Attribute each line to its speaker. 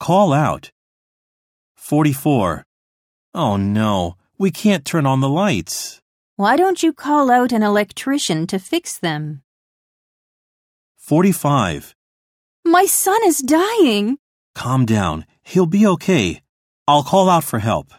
Speaker 1: Call out. 44. Oh no, we can't turn on the lights.
Speaker 2: Why don't you call out an electrician to fix them?
Speaker 1: 45.
Speaker 2: My son is dying.
Speaker 1: Calm down. He'll be okay. I'll call out for help.